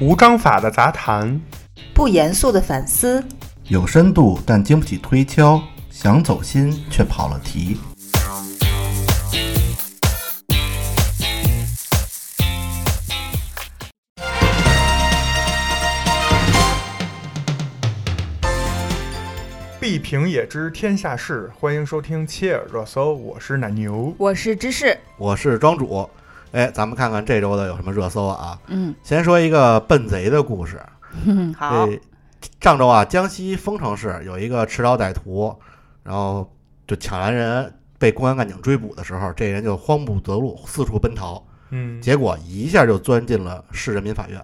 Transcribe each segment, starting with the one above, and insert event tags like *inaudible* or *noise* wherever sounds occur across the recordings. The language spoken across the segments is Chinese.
无章法的杂谈，不严肃的反思，有深度但经不起推敲，想走心却跑了题。必评也知天下事。欢迎收听切耳热搜，我是奶牛。我是芝士，我是庄主，哎，咱们看看这周的有什么热搜啊？嗯，先说一个笨贼的故事。哼好，这上周啊，江西丰城市有一个持刀歹徒，然后就抢拦人，被公安干警追捕的时候，这人就慌不择路，四处奔逃，嗯，结果一下就钻进了市人民法院。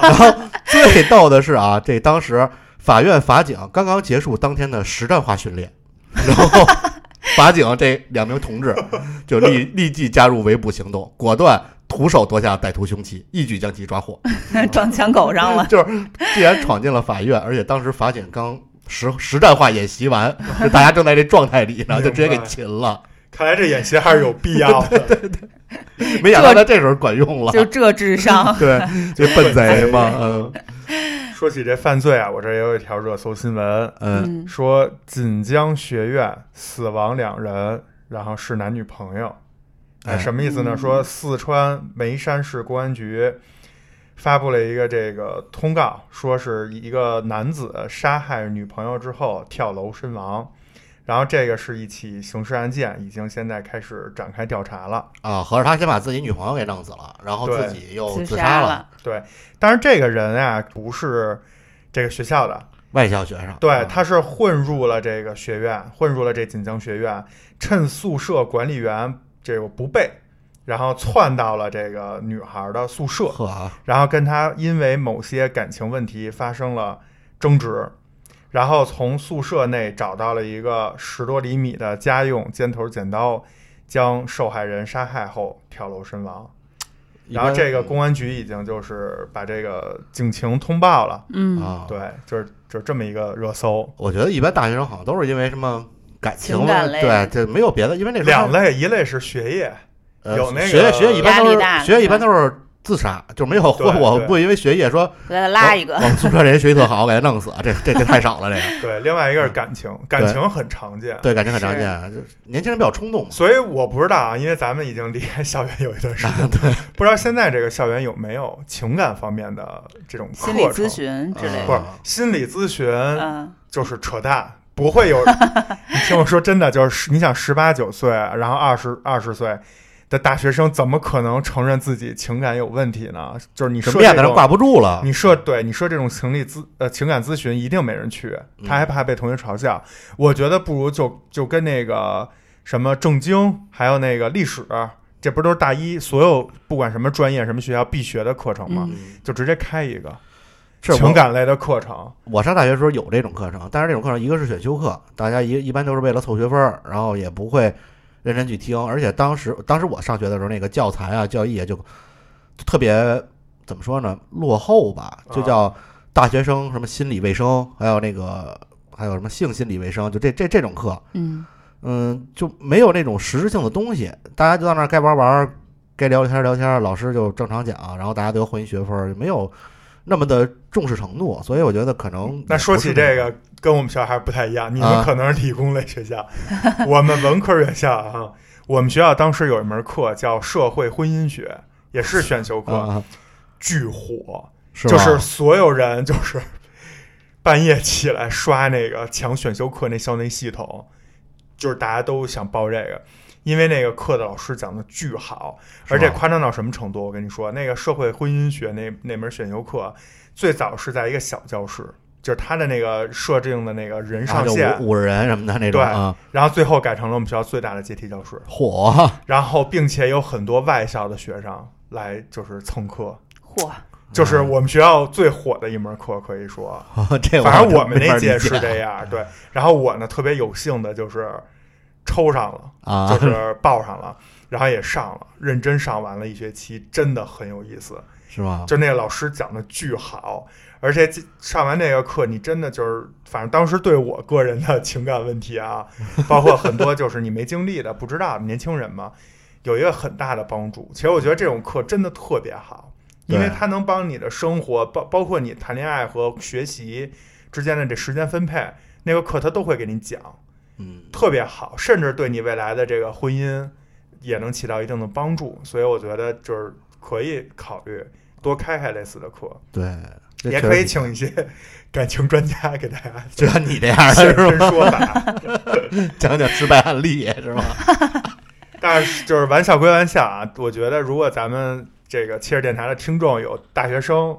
然后最逗的是啊，这当时法院法警刚刚结束当天的实战化训练，然后法警这两名同志就立立即加入围捕行动，果断徒手夺下歹徒凶器，一举将其抓获。，*laughs* 撞枪口上 *laughs* 了就是既然闯进了法院，而且当时法警刚实实战化演习完，就大家正在这状态里呢，就直接给擒了。看来这演习还是有必要的。没想到他这时候管用了，，就这智商对，这笨贼嘛，嗯说起这犯罪啊，我这儿也有一条热搜新闻，嗯，嗯，说锦江学院死亡两人，然后是男女朋友。哎，哎什么意思呢？嗯说四川眉山市公安局发布了一个这个通告，说是一个男子杀害女朋友之后跳楼身亡，然后这个是一起刑事案件，已经现在开始展开调查了。啊，合着他先把自己女朋友给弄死了，然后自己又自哦自杀了，但是这个人啊，不是这个学校的，外校学生，对嗯，他是混入了这个学院，混入了这锦江学院，趁宿舍管理员这个不备，然后窜到了这个女孩的宿舍，呵啊，然后跟她因为某些感情问题发生了争执，然后从宿舍内找到了一个十多厘米的家用尖头剪刀，将受害人杀害后跳楼身亡。一然般后这个公安局已经就是把这个警情通报了，嗯，啊，对，就是就是这么一个热搜。我觉得一般大学生好像都是因为什么。感情情感类对，这没有别的，因 *laughs* 为那时候两类，一类是学业，呃有那个学业学业一般都压是力大学业一般都是自杀，就没有对对我不因为学业说给他拉一个我，我们宿舍人学习特好，我给他弄死，这这这太少了，这 *laughs* 个对，另外一个是感情，感情很常见。对感情很常见，啊就年轻人比较冲动嘛。所以我不知道啊，因为咱们已经离开校园有一 *laughs* 段时 *laughs* 间，不知道现在这个校园有没有情感方面的这种课心理程咨询之类不的，是心理咨询，嗯，就是扯淡，不会 *laughs* 有。你听我说，真的就是十，你想十八九岁，然后二十二十岁的大学生，怎么可能承认自己情感有问题呢？就是你什说么面子这上种挂不住了，你说对，你说这种情理咨呃情感咨询一定没人去，他还怕被同学嘲笑。我觉得不如就就跟那个什么正经，还有那个历史，这不都是大一所有不管什么专业、什么学校必学的课程吗？嗯嗯就直接开一个是我情感类的课程。我上大学的时候有这种课程，但是这种课程一个是选修课，大家一一般都是为了凑学分儿，然后也不会认真去听。而且当时当时我上学的时候，那个教材啊、教义啊就就特别怎么说呢，落后吧，就叫大学生什么心理卫生，还有那个还有什么性心理卫生，就这这这种课，嗯，嗯，就没有那种实质性的东西，大家就到那儿该玩玩儿，该聊天儿聊天儿，老师就正常讲，然后大家都混一学分儿，没有那么的重视程度，所以我觉得可能嗯那说起不是这个，跟我们学校还不太一样，你们啊可能是理工类学校， *laughs* 我们文科院校啊。我们学校当时有一门课叫社会婚姻学，也是选修课，啊，巨火。是吧啊就是所有人就是半夜起来刷那个抢选修课那校内系统，就是大家都想报这个，因为那个课的老师讲的巨好，是吧而且夸张到什么程度？我跟你说，那个社会婚姻学那那门选修课，最早是在一个小教室，就是他的那个设定的那个人然上后就限，五五人什么的那种对啊，然后最后改成了我们学校最大的阶梯教室，火 *laughs* 然后并且有很多外校的学生来就是蹭课。嚯，就是嗯我们学校最火的一门课，可以说， *laughs* 这反正我我们那届是的这样，对。然后我呢，特别有幸的就是抽上了，啊，就是报上了，然后也上了，认真上完了一学期，真的很有意思。 *laughs* 是吧？就那个老师讲的巨好，而且这上完那个课，你真的就是，反正当时对我个人的情感问题啊，包括很多就是你没经历的、不知道的年轻人嘛，有一个很大的帮助。其实我觉得这种课真的特别好，因为对它能帮你的生活，包包括你谈恋爱和学习之间的这时间分配，那个课它都会给你讲，嗯，特别好，甚至对你未来的这个婚姻也能起到一定的帮助。所以我觉得就是可以考虑多开开类似的课，对，这也确可以实请一些感情专家给大家 *laughs* 就像你这样 *laughs* 的现是身吧？ *laughs* 说法。讲讲失败案例是吧？ *laughs* 但是就是玩笑归玩笑啊，我觉得如果咱们这个汽车电台的听众有大学生，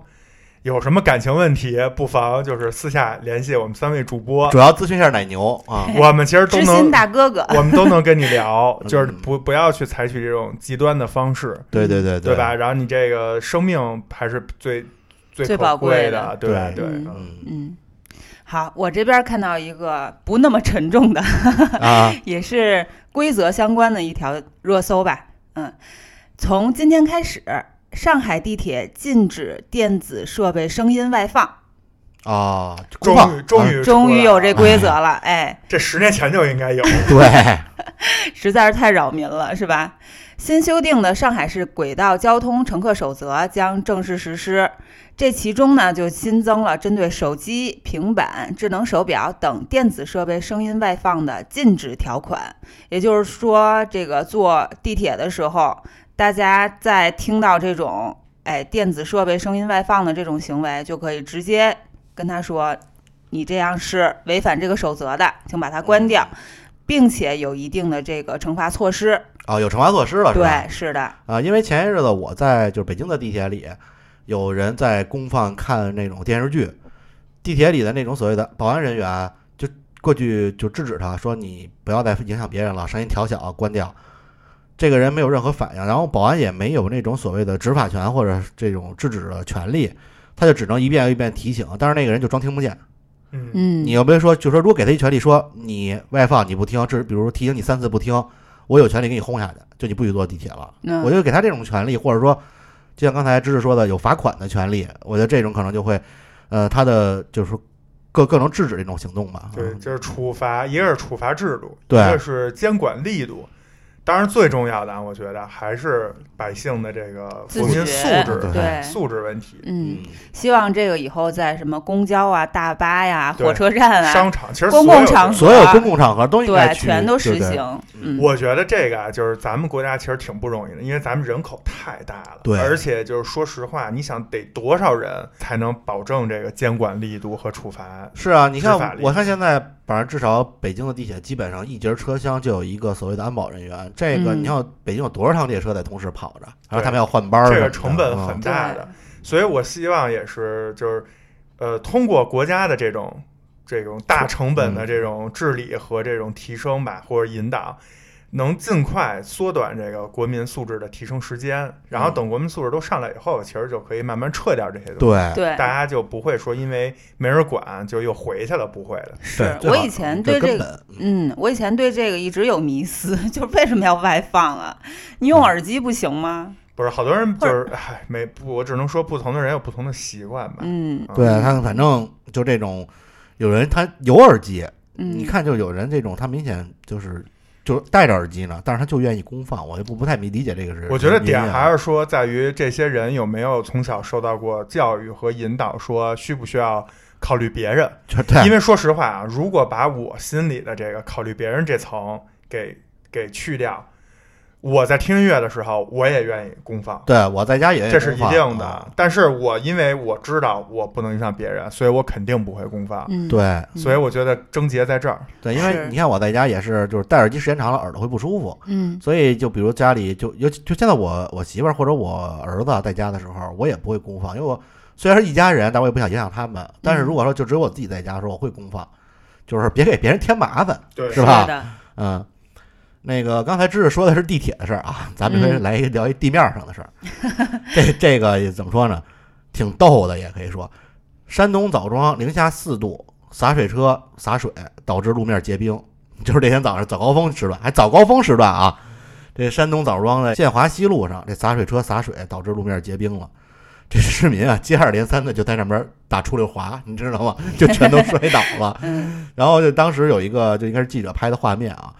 有什么感情问题，不妨就是私下联系我们三位主播，主要咨询一下奶牛 *laughs* 啊， *laughs* 我们其实都知心能，哦大哥哥，我们都能跟你 *laughs* 聊，嗯就是不不要去采取这种极端的方式，对对对对？吧？然后你这个生命还是最最最可宝贵贵的对吧？对对，嗯嗯，好，我这边看到一个不那么沉重的， *laughs* 啊，也是规则相关的一条热搜吧。嗯，从今天开始，上海地铁禁止电子设备声音外放，哦，终于终于终于有出来这了啊规则了。哎，这十年前就应该有， *laughs* 对，实在是太扰民了，是吧？新修订的《上海市轨道交通乘客守则》将正式实施，这其中呢就新增了针对手机、平板、智能手表等电子设备声音外放的禁止条款。也就是说，这个坐地铁的时候，大家在听到这种哎电子设备声音外放的这种行为，就可以直接跟他说，你这样是违反这个守则的，请把它关嗯掉。并且有一定的这个惩罚措施。哦，有惩罚措施了，是吧？对，是的，啊，因为前些日子我在就是北京的地铁里，有人在公放看那种电视剧，地铁里的那种所谓的保安人员就过去就制止他说：“你不要再影响别人了，声音调小，关掉。”这个人没有任何反应，然后保安也没有那种所谓的执法权或者这种制止的权利，他就只能一遍又一遍提醒，但是那个人就装听不见。嗯，嗯你又别说，就说如果给他一权利，说你外放你不听，这是比如提醒你三次不听，我有权利给你轰下去，就你不许坐地铁了。嗯我就给他这种权利，或者说，就像刚才芝芝说的，有罚款的权利，我觉得这种可能就会，呃，他的就是说各各种制止这种行动吧。对，嗯就是处罚，一个是处罚制度，对一个是监管力度。当然，最重要的啊，我觉得还是百姓的这个自国民觉素质、对素质问题。嗯，希望这个以后在什么公交啊、大巴呀、对火车站啊，商场其实公所有共场的所所有公共场合都应该对，去，全都实对不对行。嗯，我觉得这个啊，就是咱们国家其实挺不容易的，因为咱们人口太大了，对而且就是说实话，你想得多少人才能保证这个监管力度和处罚？是啊，你执法看，力我看现在反正至少北京的地铁基本上一节车厢就有一个所谓的安保人员。这个嗯你看北京有多少趟列车在同时跑着，然后对他们要换班儿什这么个的，成本嗯很对大的，所以我希望也是就是，呃，通过国家的这种这种大成本的嗯这种治理和这种提升吧，或者引导。能尽快缩短这个国民素质的提升时间，然后嗯等国民素质都上来以后，其实就可以慢慢撤掉这些东西。对对，大家就不会说因为没人管就又回去了，不会的。是最我好以前最对这根个。本嗯，我以前对这个一直有迷思， *laughs* 就是为什么要外放啊？你嗯用耳机不行吗？不是好多人就是唉，没不，我只能说不同的人有不同的习惯吧。嗯，嗯对啊他反正就这种，有人他有耳机，嗯，你看就有人这种，他明显就是就是戴着耳机呢，但是他就愿意公放，我就不不太理解这个是。啊我觉得点还是是说在于这些人有没有从小受到过教育和引导，说需不需要考虑别人。就对，因为为说实话啊，如果把我心里的这个考虑别人这层给给去掉，我在听音乐的时候我也愿意公放。对我在家也这是一哎公放定的。啊但是我因为我知道我不能影响别人，所以我肯定不会公放。嗯，对嗯所以我觉得症结在这儿。对，因为是你看我在家也是，就是戴耳机时间长了耳朵会不舒服，嗯所以就比如家里就尤其就现在我我媳妇儿或者我儿子在家的时候，我也不会公放，因为我虽然是一家人，但我也不想影响他们。但是如果说就只有我自己在家的时候，我会公放，就是别给别人添麻烦。对是吧的，嗯，那个刚才知识说的是地铁的事儿啊，咱们这回嗯来一个聊一地面上的事儿。这这个也怎么说呢？挺逗的，也可以说，山东枣庄零下四度，洒水车洒水导致路面结冰，就是这天早上早高峰时段，还早高峰时段啊。这山东枣庄的建华西路上，这洒水车洒水导致路面结冰了。这市民啊，接二连三的就在那边打出溜滑，你知道吗？就全都摔倒了。嗯然后就当时有一个就应该是记者拍的画面啊，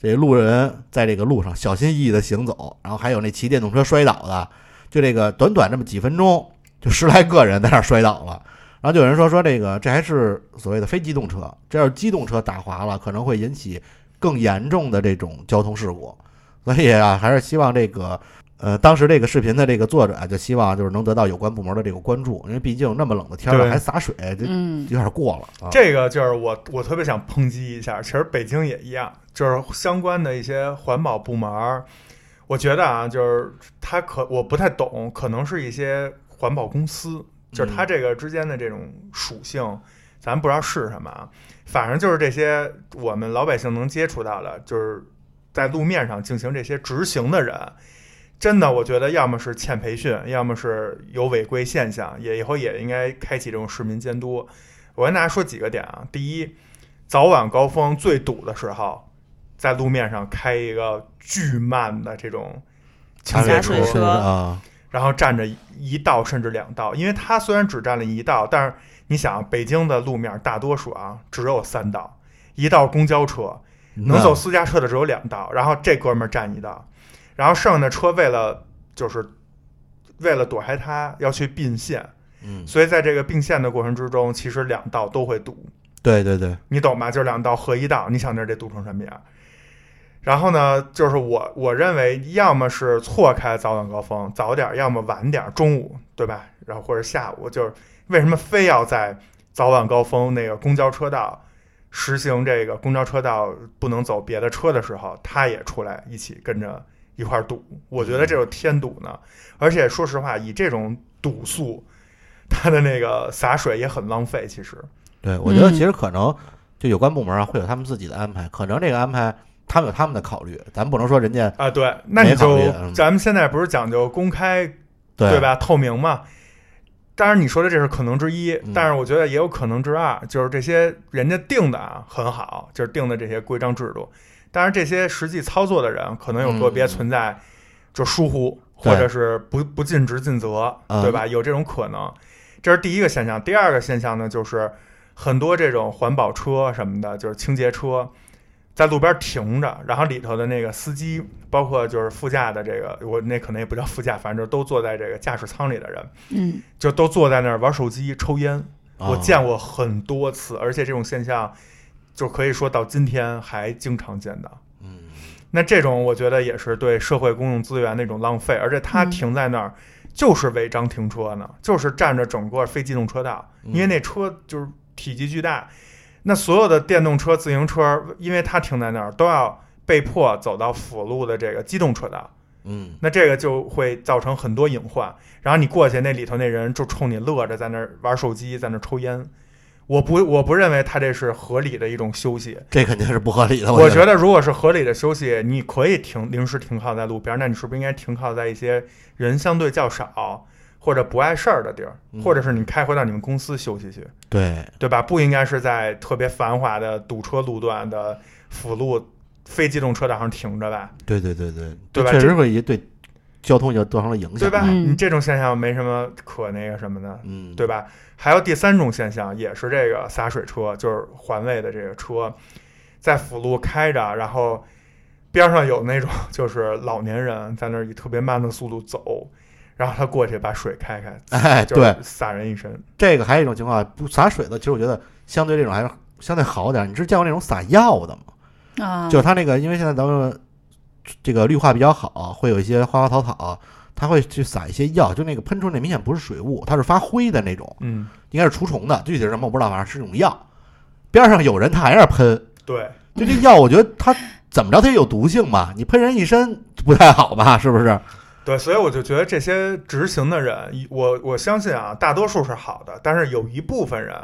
这路人在这个路上小心翼翼的行走，然后还有那骑电动车摔倒的，就这个短短这么几分钟，就十来个人在那儿摔倒了。然后就有人说说这个这还是所谓的非机动车，这要是机动车打滑了，可能会引起更严重的这种交通事故。所以啊，还是希望这个呃，当时这个视频的这个作者啊，就希望就是能得到有关部门的这个关注，因为毕竟那么冷的天儿对了还洒水，这嗯有点过了啊。这个就是我我特别想抨击一下，其实北京也一样，就是相关的一些环保部门儿，我觉得啊，就是他可我不太懂，可能是一些环保公司，就是嗯它这个之间的这种属性，咱不知道是什么啊，反正就是这些我们老百姓能接触到的，就是在路面上进行这些执行的人。真的，我觉得要么是欠培训，要么是有违规现象，也以后也应该开启这种市民监督。我跟大家说几个点啊。第一，早晚高峰最堵的时候，在路面上开一个巨慢的这种清洒洁水车啊，然后占着一道甚至两道，因为它虽然只占了一道，但是你想，北京的路面大多数啊只有三道，一道公交车，能走私家车的只有两道，然后这哥们儿占一道，然后剩下的车为了就是为了躲开他要去并线，嗯，所以在这个并线的过程之中，其实两道都会堵。对对对，你懂吗？就是两道合一道，你想那得堵成什么样？然后呢，就是我我认为，要么是错开早晚高峰，早点儿；要么晚点儿，中午，对吧？然后或者下午，就是为什么非要在早晚高峰那个公交车道实行这个公交车道不能走别的车的时候，他也出来一起跟着一块儿堵？我觉得这种添堵呢。而且说实话，以这种堵速，它的那个洒水也很浪费，其实。对，我觉得嗯其实可能就有关部门啊会有他们自己的安排，可能这个安排他们有他们的考虑，咱不能说人家啊，对，那没你考虑就嗯咱们现在不是讲究公开对吧？透明嘛。当然，你说的这是可能之一，嗯但是我觉得也有可能之二，就是这些人家定的啊很好，就是定的这些规章制度，当然这些实际操作的人可能有个别嗯存在就疏忽，对或者是不不尽职尽责，嗯对吧？有这种可能，这是第一个现象。第二个现象呢，就是很多这种环保车什么的，就是清洁车，在路边停着，然后里头的那个司机，包括就是副驾的这个，我那可能也不叫副驾，反正就是都坐在这个驾驶舱里的人，嗯，就都坐在那儿玩手机、抽烟。我啊见过很多次，而且这种现象就可以说到今天还经常见到。嗯那这种我觉得也是对社会公用资源的一种浪费，而且它停在那儿就是违章停车呢，就是占着整个非机动车道，嗯因为那车就是体积巨大，那所有的电动车、自行车，因为它停在那儿，都要被迫走到辅路的这个机动车道，嗯那这个就会造成很多隐患。然后你过去，那里头那人就冲你乐着，在那儿玩手机，在那儿抽烟。我不，我不认为他这是合理的一种休息。这肯定是不合理的，我觉觉得如果是合理的休息，你可以停临时停靠在路边，那你是不是应该停靠在一些人相对较少或者不碍事儿的地儿，嗯或者是你开回到你们公司休息去，对，对吧？不应该是在特别繁华的堵车路段的辅路非机动车道上停着吧，对对对对，对吧确实会对交通就造成了影响，对吧？嗯你这种现象没什么可那个什么的，嗯，对吧？还有第三种现象，也是这个洒水车，就是环卫的这个车，在辅路开着，然后边上有那种就是老年人在那儿以特别慢的速度走，然后他过去把水开开，哎，就对是，洒人一身。这个还有一种情况，不洒水的，其实我觉得相对这种还是相对好点儿。你是见过那种撒药的吗？啊，就是它那个，因为现在咱们这个绿化比较好，会有一些花花草草，它会去撒一些药，就那个喷出那明显不是水雾，它是发灰的那种，嗯，应该是除虫的，具体是什么我不知道，反正是一种药。边上有人，他还是喷，对，就这药，我觉得它怎么着，它也有毒性吧？你喷人一身不太好吧？是不是？对，所以我就觉得这些执行的人，一我我相信啊，大多数是好的，但是有一部分人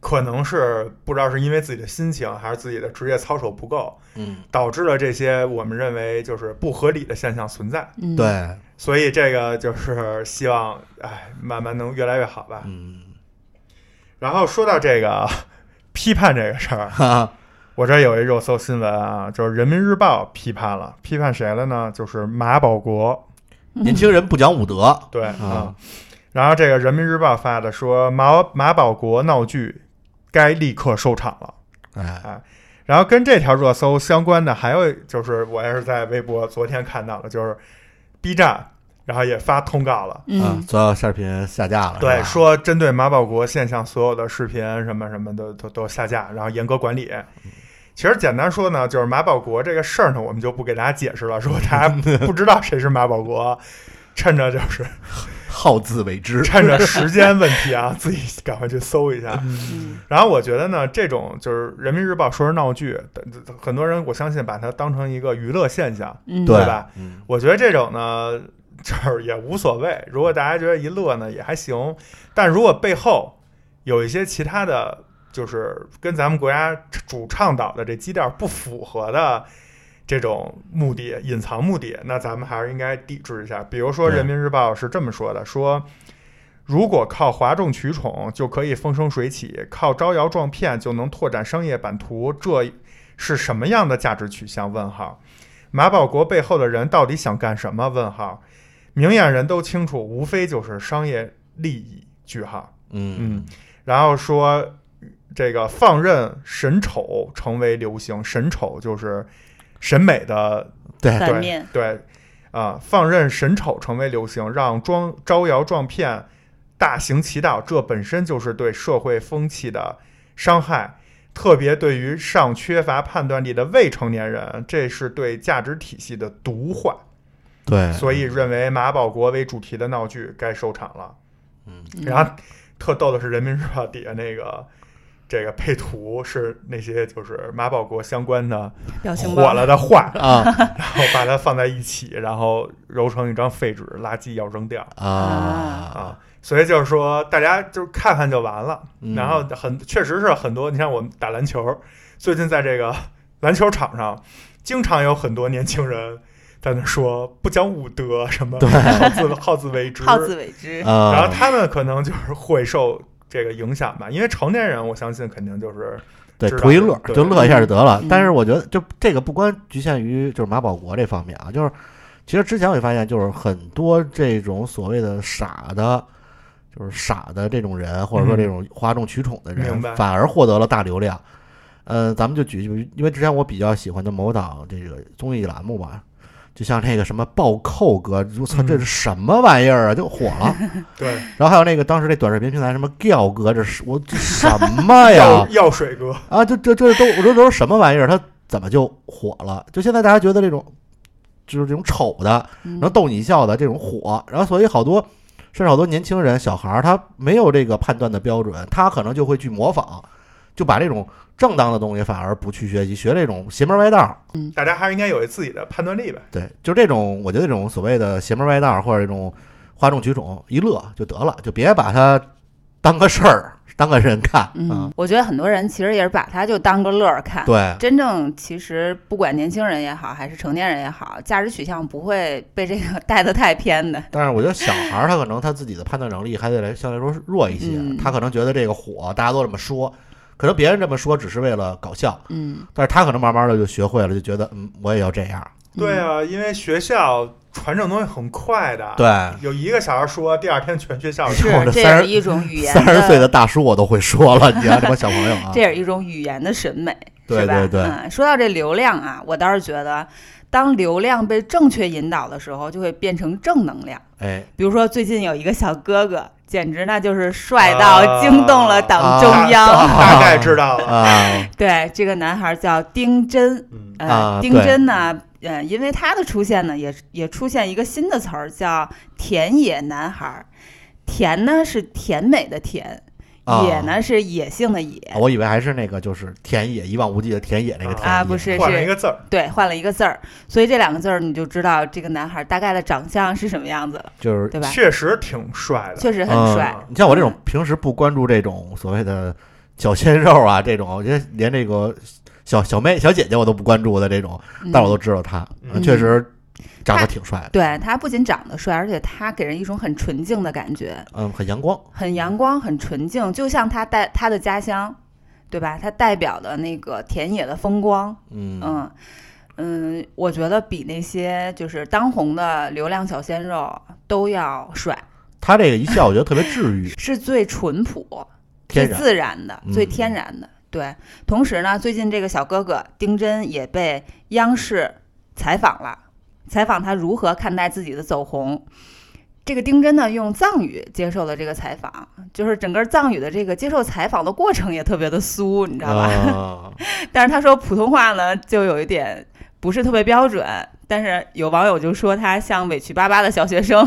可能是不知道是因为自己的心情还是自己的职业操守不够，嗯，导致了这些我们认为就是不合理的现象存在。嗯，对，所以这个就是希望，哎，慢慢能越来越好吧。嗯，然后说到这个 *laughs* 批判这个事儿，哈，我这儿有一热搜新闻啊，就是《人民日报》批判了，批判谁了呢？就是马保国，年轻人不讲武德，对啊啊。然后这个《人民日报》发的说马马保国闹剧，该立刻收场了。哎，然后跟这条热搜相关的还有就是，我也是在微博昨天看到的，就是 B 站然后也发通告了，啊嗯，所有视频下架了，对，是吧说针对马保国现象所有的视频什么什么的都都下架，然后严格管理。其实简单说呢，就是马保国这个事儿呢，我们就不给大家解释了，说大家不知道谁是马保国，趁着就是 *laughs* 好自为之，趁着时间问题啊，自己赶快去搜一下。嗯然后我觉得呢，这种就是人民日报说是闹剧，很多人我相信把它当成一个娱乐现象，嗯，对吧？嗯，我觉得这种呢， *laughs* 就是也无所谓。如果大家觉得一乐呢，也还行。但如果背后有一些其他的，就是跟咱们国家主倡导的这基调不符合的这种目的、隐藏目的，那咱们还是应该抵制一下。比如说，《对人民日报》是这么说的：说如果靠哗众取宠就可以风生水起，靠招摇撞骗就能拓展商业版图，这是什么样的价值取向？问号。马保国背后的人到底想干什么？问号。明眼人都清楚，无非就是商业利益。句号。嗯，然后说这个放任审丑成为流行，审丑就是审美的对，反对面，对啊、放任审丑成为流行，让装招摇撞骗大行其道，这本身就是对社会风气的伤害。特别对于尚缺乏判断力的未成年人，这是对价值体系的毒化，对，所以认为马保国为主题的闹剧该收场了。嗯，嗯然后特逗的是，《人民日报》底下那个这个配图是那些就是马保国相关的表情包火了的话，啊然后把它放在一起，然后揉成一张废纸，垃圾要扔掉啊，啊。所以就是说，大家就是看看就完了。嗯然后很确实是很多，你看我们打篮球，最近在这个篮球场上，经常有很多年轻人在那说不讲武德，什么对好自好自为之，好自为之，啊，哎然后他们可能就是会受这个影响吧，因为成年人我相信肯定就是对，知道图一乐对就乐一下就得了嗯。但是我觉得，就这个不光局限于就是马保国这方面啊，就是其实之前我也发现，就是很多这种所谓的傻的，就是傻的这种人，或者说这种哗众取宠的人嗯明白，反而获得了大流量。呃，咱们就举，因为之前我比较喜欢的某档这个综艺栏目吧，就像这个什么暴扣哥，我操，嗯这是什么玩意儿啊？就火了。对然后还有那个当时那短视频平台什么吊哥，这是我这什么哎呀？ *laughs* 药药水哥，啊，这这这都我这都是什么玩意儿？它怎么就火了？就现在大家觉得这种就是这种丑的嗯能逗你一笑的这种火，然后所以好多甚至好多年轻人小孩儿他没有这个判断的标准，他可能就会去模仿，就把这种正当的东西反而不去学习，学这种邪门歪道儿。大家还是应该有自己的判断力吧。对，就这种我觉得这种所谓的邪门歪道儿或者这种哗众取宠，一乐就得了，就别把它当个事儿当个人看。啊嗯，我觉得很多人其实也是把它就当个乐儿看。对，真正其实不管年轻人也好，还是成年人也好，价值取向不会被这个带得太偏 *laughs* 的。但是我觉得小孩儿他可能他自己的判断能力还得来相对来说是弱一些，嗯他可能觉得这个火大家都这么说，可能别人这么说只是为了搞笑，嗯，但是他可能慢慢的就学会了，就觉得嗯我也要这样，对啊，因为学校传这种东西很快的，，对，有一个小孩说，第二天全学校有是我这这嗯三也十是一种语言三十岁的大叔我都会说了，你让这帮小朋友啊，这也是一种语言的审美，对是吧？对对嗯，说到这流量啊，我倒是觉得，当流量被正确引导的时候，就会变成正能量。哎，比如说，最近有一个小哥哥，简直那就是帅啊到惊动了党中央。大啊大概知道了。啊对，这个男孩叫丁真，嗯，呃，啊丁对真呢，呃，因为他的出现呢，也也出现一个新的词儿，叫“田野男孩儿”。田呢是甜美的甜，啊哦野呢是野性的野。我以为还是那个就是田野一望无际的田野那个田野，啊不是换了一个字儿，对，换了一个字儿，所以这两个字儿你就知道这个男孩儿大概的长相是什么样子了，就是对吧？确实挺帅的。确实很帅。嗯你像我这种平时不关注这种所谓的小鲜肉啊，这种我觉得连这个小小妹、小姐姐我都不关注的这种，嗯但我都知道他，嗯呃确实长得挺帅的，对他不仅长得帅，而且他给人一种很纯净的感觉，嗯，很阳光，很阳光，很纯净，就像他代他的家乡，对吧？他代表的那个田野的风光，嗯嗯嗯，我觉得比那些就是当红的流量小鲜肉都要帅，，他这个一笑我觉得特别治愈是最淳朴、最嗯天然，自然的、最嗯天然的。对，同时呢，最近这个小哥哥丁真也被央视采访了。采访他如何看待自己的走红。这个丁真呢，用藏语接受了这个采访，就是整个藏语的这个接受采访的过程也特别的酥，你知道吧？啊，但是他说普通话呢，就有一点不是特别标准。但是有网友就说他像委屈巴巴的小 *laughs* 学生。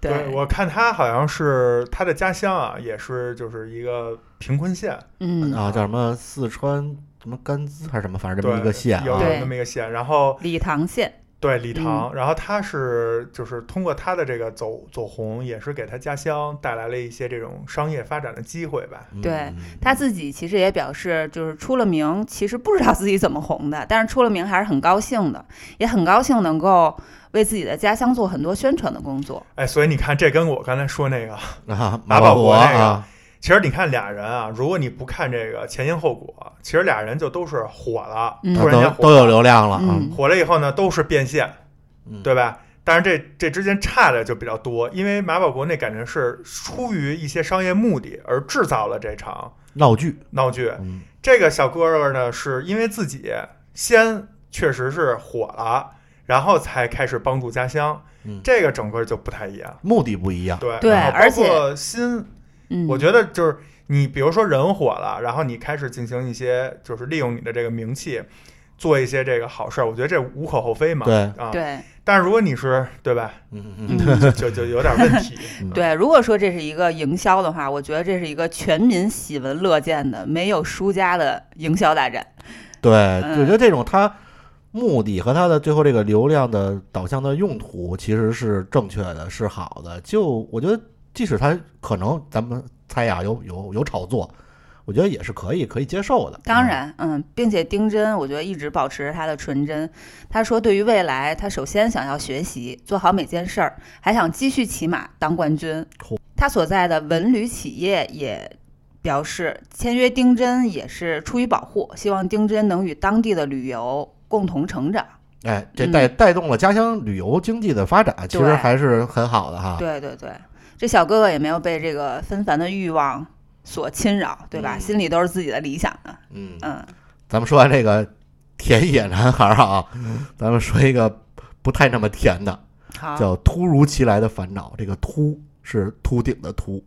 对，我看他好像是他的家乡啊，也是就是一个贫困县，嗯，啊，叫什么四川什么甘孜还是什么，反正这么一个县有啊，有那么一个县。然后理塘县，对礼嗯堂，然后他是就是通过他的这个走走红，也是给他家乡带来了一些这种商业发展的机会吧。嗯对他自己其实也表示，就是出了名，其实不知道自己怎么红的，但是出了名还是很高兴的，也很高兴能够为自己的家乡做很多宣传的 *laughs* 工作。哎，所以你看，这跟我刚才说那个，啊，马马保保国国那个啊，其实你看俩人啊，如果你不看这个前因后果，其实俩人就都是火了，嗯突然间都火都有流量了啊嗯，火了以后呢，都是变现，嗯对吧？但是这这之间差的就比较多，因为马保国那感觉是出于一些商业目的而制造了这场闹剧，闹剧。嗯这个小哥哥呢，是因为自己先确实是火了，然后才开始帮助家乡，嗯这个整个就不太一样。目的不一样，对对然后包而且括新，嗯，我觉得就是你，比如说人火了，然后你开始进行一些，就是利用你的这个名气，做一些这个好事儿，我觉得这无可厚非嘛。对啊，对但是如果你是对吧，嗯嗯嗯，嗯。 *laughs* 就就有点问 *laughs* 题。对，如果说这是一个营销的话，我觉得这是一个全民喜闻乐见的、没有输家的营销大战。对，嗯我觉得这种它目的和它的最后这个流量的导向的用途其实是正确的，是好的。就我觉得，即使它可能咱们猜呀，有有有炒作，我觉得也是可以可以接受的。当然，嗯，并且丁真，我觉得一直保持着他的纯真。他说，对于未来，他首先想要学习，做好每件事儿，还想继续骑马当冠军嚯。他所在的文旅企业也表示，签约丁真也是出于保护，希望丁真能与当地的旅游共同成长。嗯，哎，这带带动了家乡旅游经济的发展，其实对还是很好的哈。对对对，这小哥哥也没有被这个纷繁的欲望所侵扰，对吧？嗯心里都是自己的理想的。嗯，嗯，咱们说完这个田野男孩啊，嗯咱们说一个不太那么甜的，好，叫突如其来的烦恼，这个突。是秃顶的秃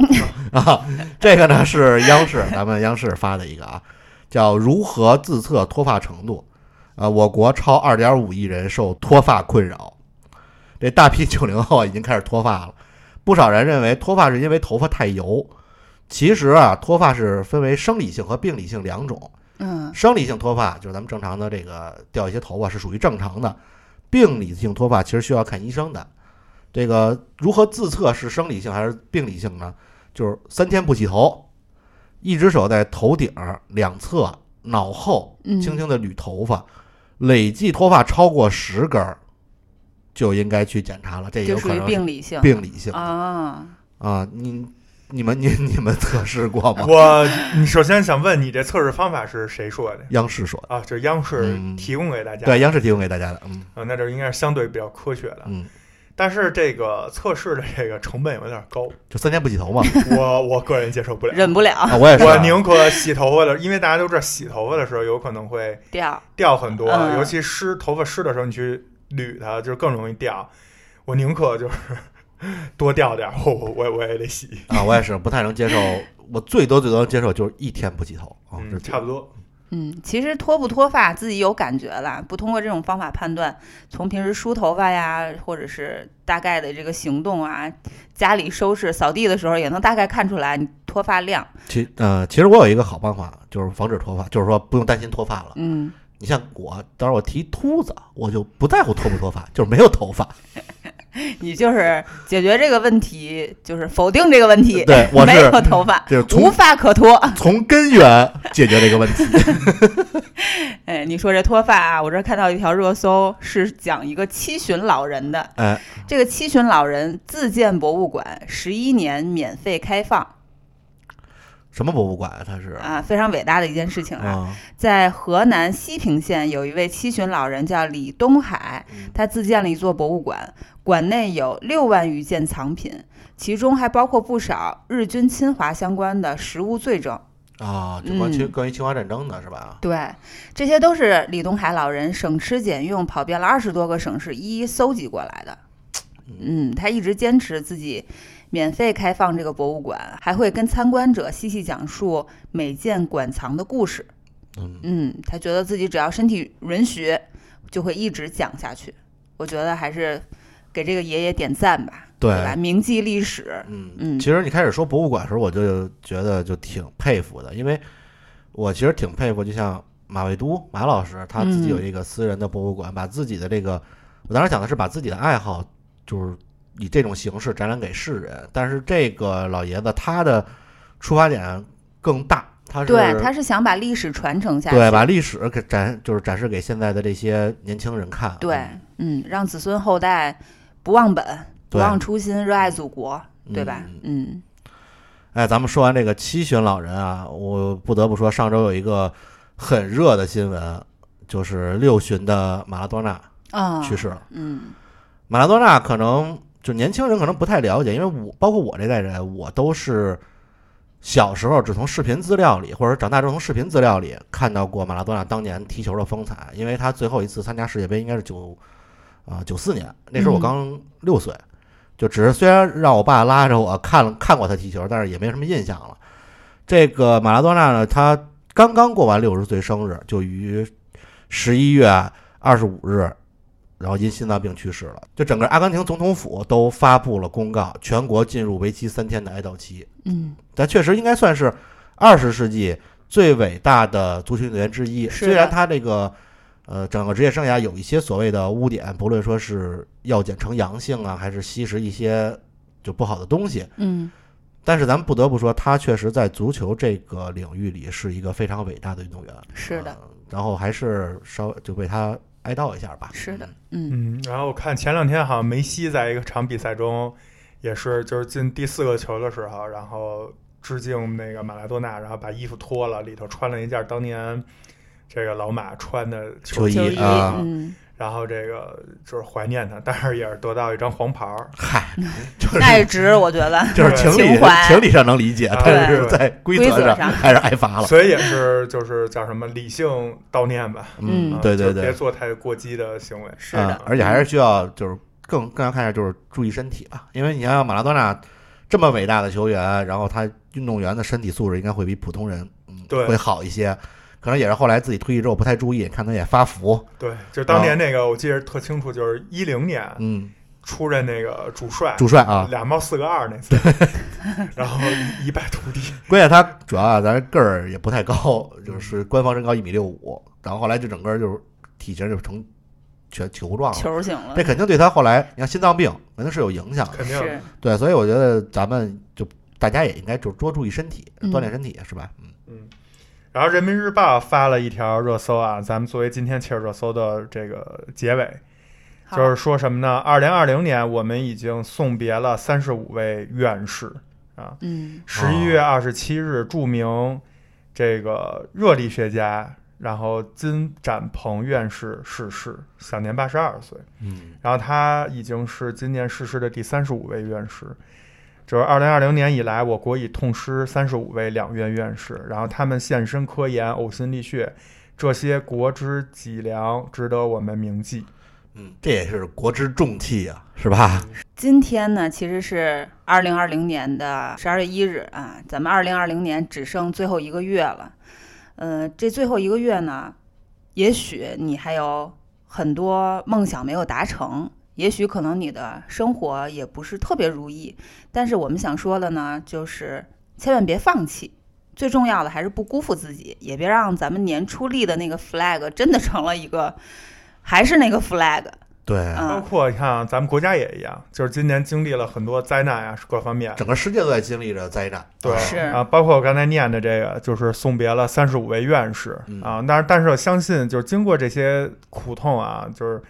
啊，这个呢是央视，咱们央视发的一个啊，叫如何自测脱发程度啊，我国超二点五亿人受脱发困扰，这大批九零后啊已经开始脱发了，不少人认为脱发是因为头发太油，其实啊，脱发是分为生理性和病理性两种，嗯生理性脱发就是咱们正常的这个掉一些头发是属于正常的，病理性脱发其实需要看医生的。这个如何自测是生理性还是病理性呢？就是三天不洗头，一只手在头顶儿两侧、脑后嗯轻轻的捋头发，累计脱发超过十根儿，就应该去检查了。这也就有属可于能是病理性病理性的啊。啊！你、你们、你、你们测试过 *laughs* 吗？我，你首先想问你这测试方法是谁说的央视说的，啊？就是央视嗯提供给大家，对，央视提供给大家的，嗯啊，那就应该是相对比较科学的。嗯，但是这个测试的这个成本有点 *laughs* 高，就三天不洗头嘛。我我个人接受不了，忍不了啊，我也是啊，我宁可洗头发的，因为大家都知道洗头发的时候有可能会掉，掉很多，嗯尤其湿头发湿的时候，你去捋它就是更容易掉。我宁可就是 *laughs* 多掉点儿，我我我我也得洗，啊，我也是不太能接受，我最多最多能接受就是一天不洗头啊，嗯这，差不多。嗯，其实脱不脱发自己有感觉了，不通过这种方法判断，从平时梳头发呀，或者是大概的这个行动啊，家里收拾、扫地的时候，也能大概看出来你脱发量。其呃，其实我有一个好办法，就是防止脱发，就是说不用担心脱发了。嗯，你像我，当时我剃秃子，我就不在乎脱不脱发，就是没有头发。你就是解决这个问题，就是否定这个问题。对我是没有头发，就是无从发可脱。从根源解决这个问题。哎，你说这脱发啊，我这儿看到一条热搜，是讲一个七旬老人的。哎，这个七旬老人自建博物馆，十一年免费开放什么博物馆啊？它是啊，非常伟大的一件事情啊。啊，在河南西平县有一位七旬老人叫李东海，嗯他自建了一座博物馆，馆内有六万余件藏品，其中还包括不少日军侵华相关的实物罪证。啊，就关嗯于关于侵华战争的是吧？对，这些都是李东海老人省吃俭用，跑遍了二十多个省市，一一搜集过来的。嗯，他一直坚持自己免费开放这个博物馆，还会跟参观者细细讲述每件馆藏的故事。嗯嗯，他觉得自己只要身体允许，就会一直讲下去。我觉得还是给这个爷爷点赞吧，对对吧？铭记历史，嗯，嗯其实你开始说博物馆的时候，我就觉得就挺佩服的，因为我其实挺佩服，就像马未都马老师，他自己嗯有一个私人的博物馆，把自己的这个，我当时想的是把自己的爱好，就是以这种形式展览给世人，但是这个老爷子他的出发点更大，他是对，他是想把历史传承下去，对把历史给展就是展示给现在的这些年轻人看，啊对，嗯，让子孙后代不忘本、不对忘初心、热爱祖国，嗯对吧？嗯，哎，咱们说完这个七旬老人啊，我不得不说，上周有一个很热的新闻，就是六旬的马拉多纳啊、去世了。嗯，马拉多纳可能就年轻人可能不太了解，因为我包括我这代人，我都是小时候只从视频资料里，或者长大之后从视频资料里看到过马拉多纳当年踢球的风采，因为他最后一次参加世界杯应该是九啊九四年，那时候我嗯刚六岁，就只是虽然让我爸拉着我看了看过他踢球，但是也没什么印象了。这个马拉多纳呢，他刚刚过完六十岁生日，就于十一月二十五日，然后因心脏病去世了。就整个阿根廷总统府都发布了公告，全国进入为期三天的哀悼期。嗯，但确实应该算是二十世纪最伟大的足球运动员之一。是的虽然他这个呃整个职业生涯有一些所谓的污点，不论说是药检呈阳性啊，还是吸食一些就不好的东西，嗯，但是咱们不得不说，他确实在足球这个领域里是一个非常伟大的运动员。是的，呃然后还是稍就为他哀悼一下吧。是的，嗯，嗯，然后我看前两天好像梅西在一个场比赛中，也是就是进第四个球的时候，然后致敬那个马拉多纳，然后把衣服脱了，里头穿了一件当年这个老马穿的球球九衣一，啊 *laughs* 嗯，然后这个就是怀念他，但是也是得到一张黄牌儿。嗨，就是那也值，我觉得就是情理情怀 *laughs* 情理上能理解，啊但是对在规规则则上还是挨罚了。所以也是就是叫什么理性悼念吧，嗯啊对对就别对，做太过激的行为。是啊的，，而且还是需要就是更更要看一下就是注意身体吧，因为你想想马拉多纳这么伟大的球员，然后他运动员的身体素质应该会比普通人嗯对会好一些，可能也是后来自己退役之后不太注意，看他也发福，对，就啊当年那个我记得特清楚，就是一零年嗯，出任那个主帅，主帅啊，俩帽四个二那次，然后一败涂地。关键他主要啊，咱个儿也不太高，就是官方身高一米六五，然后后来就整个就是体型就成全球状了。球醒了这，肯定对他后来，你看心脏病肯定是有影响的。肯定是，对，所以我觉得咱们就大家也应该就多注意身体，嗯锻炼身体，是吧？嗯，然后人民日报发了一条热搜啊，咱们作为今天切尔热搜的这个结尾，好就是说什么呢？二零二零年我们已经送别了三十五位院士啊。嗯十一月二十七日，著名这个热力学家，然后金展鹏院士逝世，享年八十二岁。嗯，然后他已经是今年逝世的第三十五位院士，就是二零二零年以来，我国已痛失三十五位两院院士，然后他们献身科研、呕心沥血，这些国之脊梁值得我们铭记。嗯，这也是国之重器啊，是吧？今天呢，其实是二零二零年的十二月一日啊，咱们二零二零年只剩最后一个月了。呃，这最后一个月呢，也许你还有很多梦想没有达成，也许可能你的生活也不是特别如意，但是我们想说的呢，就是千万别放弃。最重要的还是不辜负自己，也别让咱们年初立的那个 flag 真的成了一个，还是那个 flag。 *laughs* 对，包嗯，括你看啊，咱们国家也一样，就是今年经历了很多灾难啊，各方面。整个世界都在经历着灾难。对，是啊，包括我刚才念的这个，就是送别了三十五位院士、嗯啊。但是，但是我相信，就是经过这些苦痛啊，就是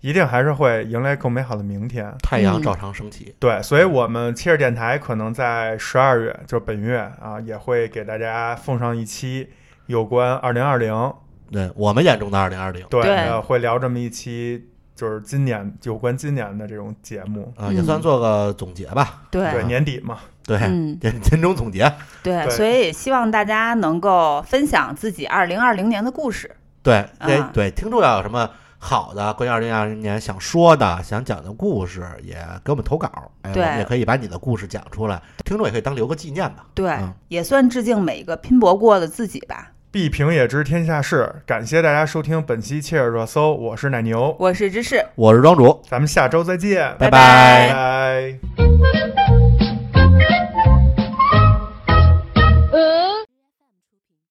一定还是会迎来更美好的明天。太嗯阳照常升起。对，所以我们切尔电台可能在十二月，就是本月啊，也会给大家奉上一期有关二零二零，对我们眼中的二零二零，对，对呃会聊这么一期。就是今年有关今年的这种节目，啊，也算嗯做个总结吧。对对，年底嘛，对， *laughs* 嗯，年年终总结，对，对所以希望大家能够分享自己二零二零年的故事。对，对啊对，听众要有什么好的关于二零二零年想说的、想讲的故事，也给我们投稿，哎，我对们也可以把你的故事讲出来，听众也可以当留个纪念吧。对，嗯也算致敬每一个拼搏过的自己吧。必评也知天下事。感谢大家收听本期《切尔热搜》，我是奶牛，我是芝士，我是庄主，咱们下周再见，拜拜拜拜